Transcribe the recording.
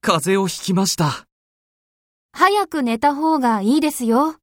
風邪をひきました。早く寝た方がいいですよ。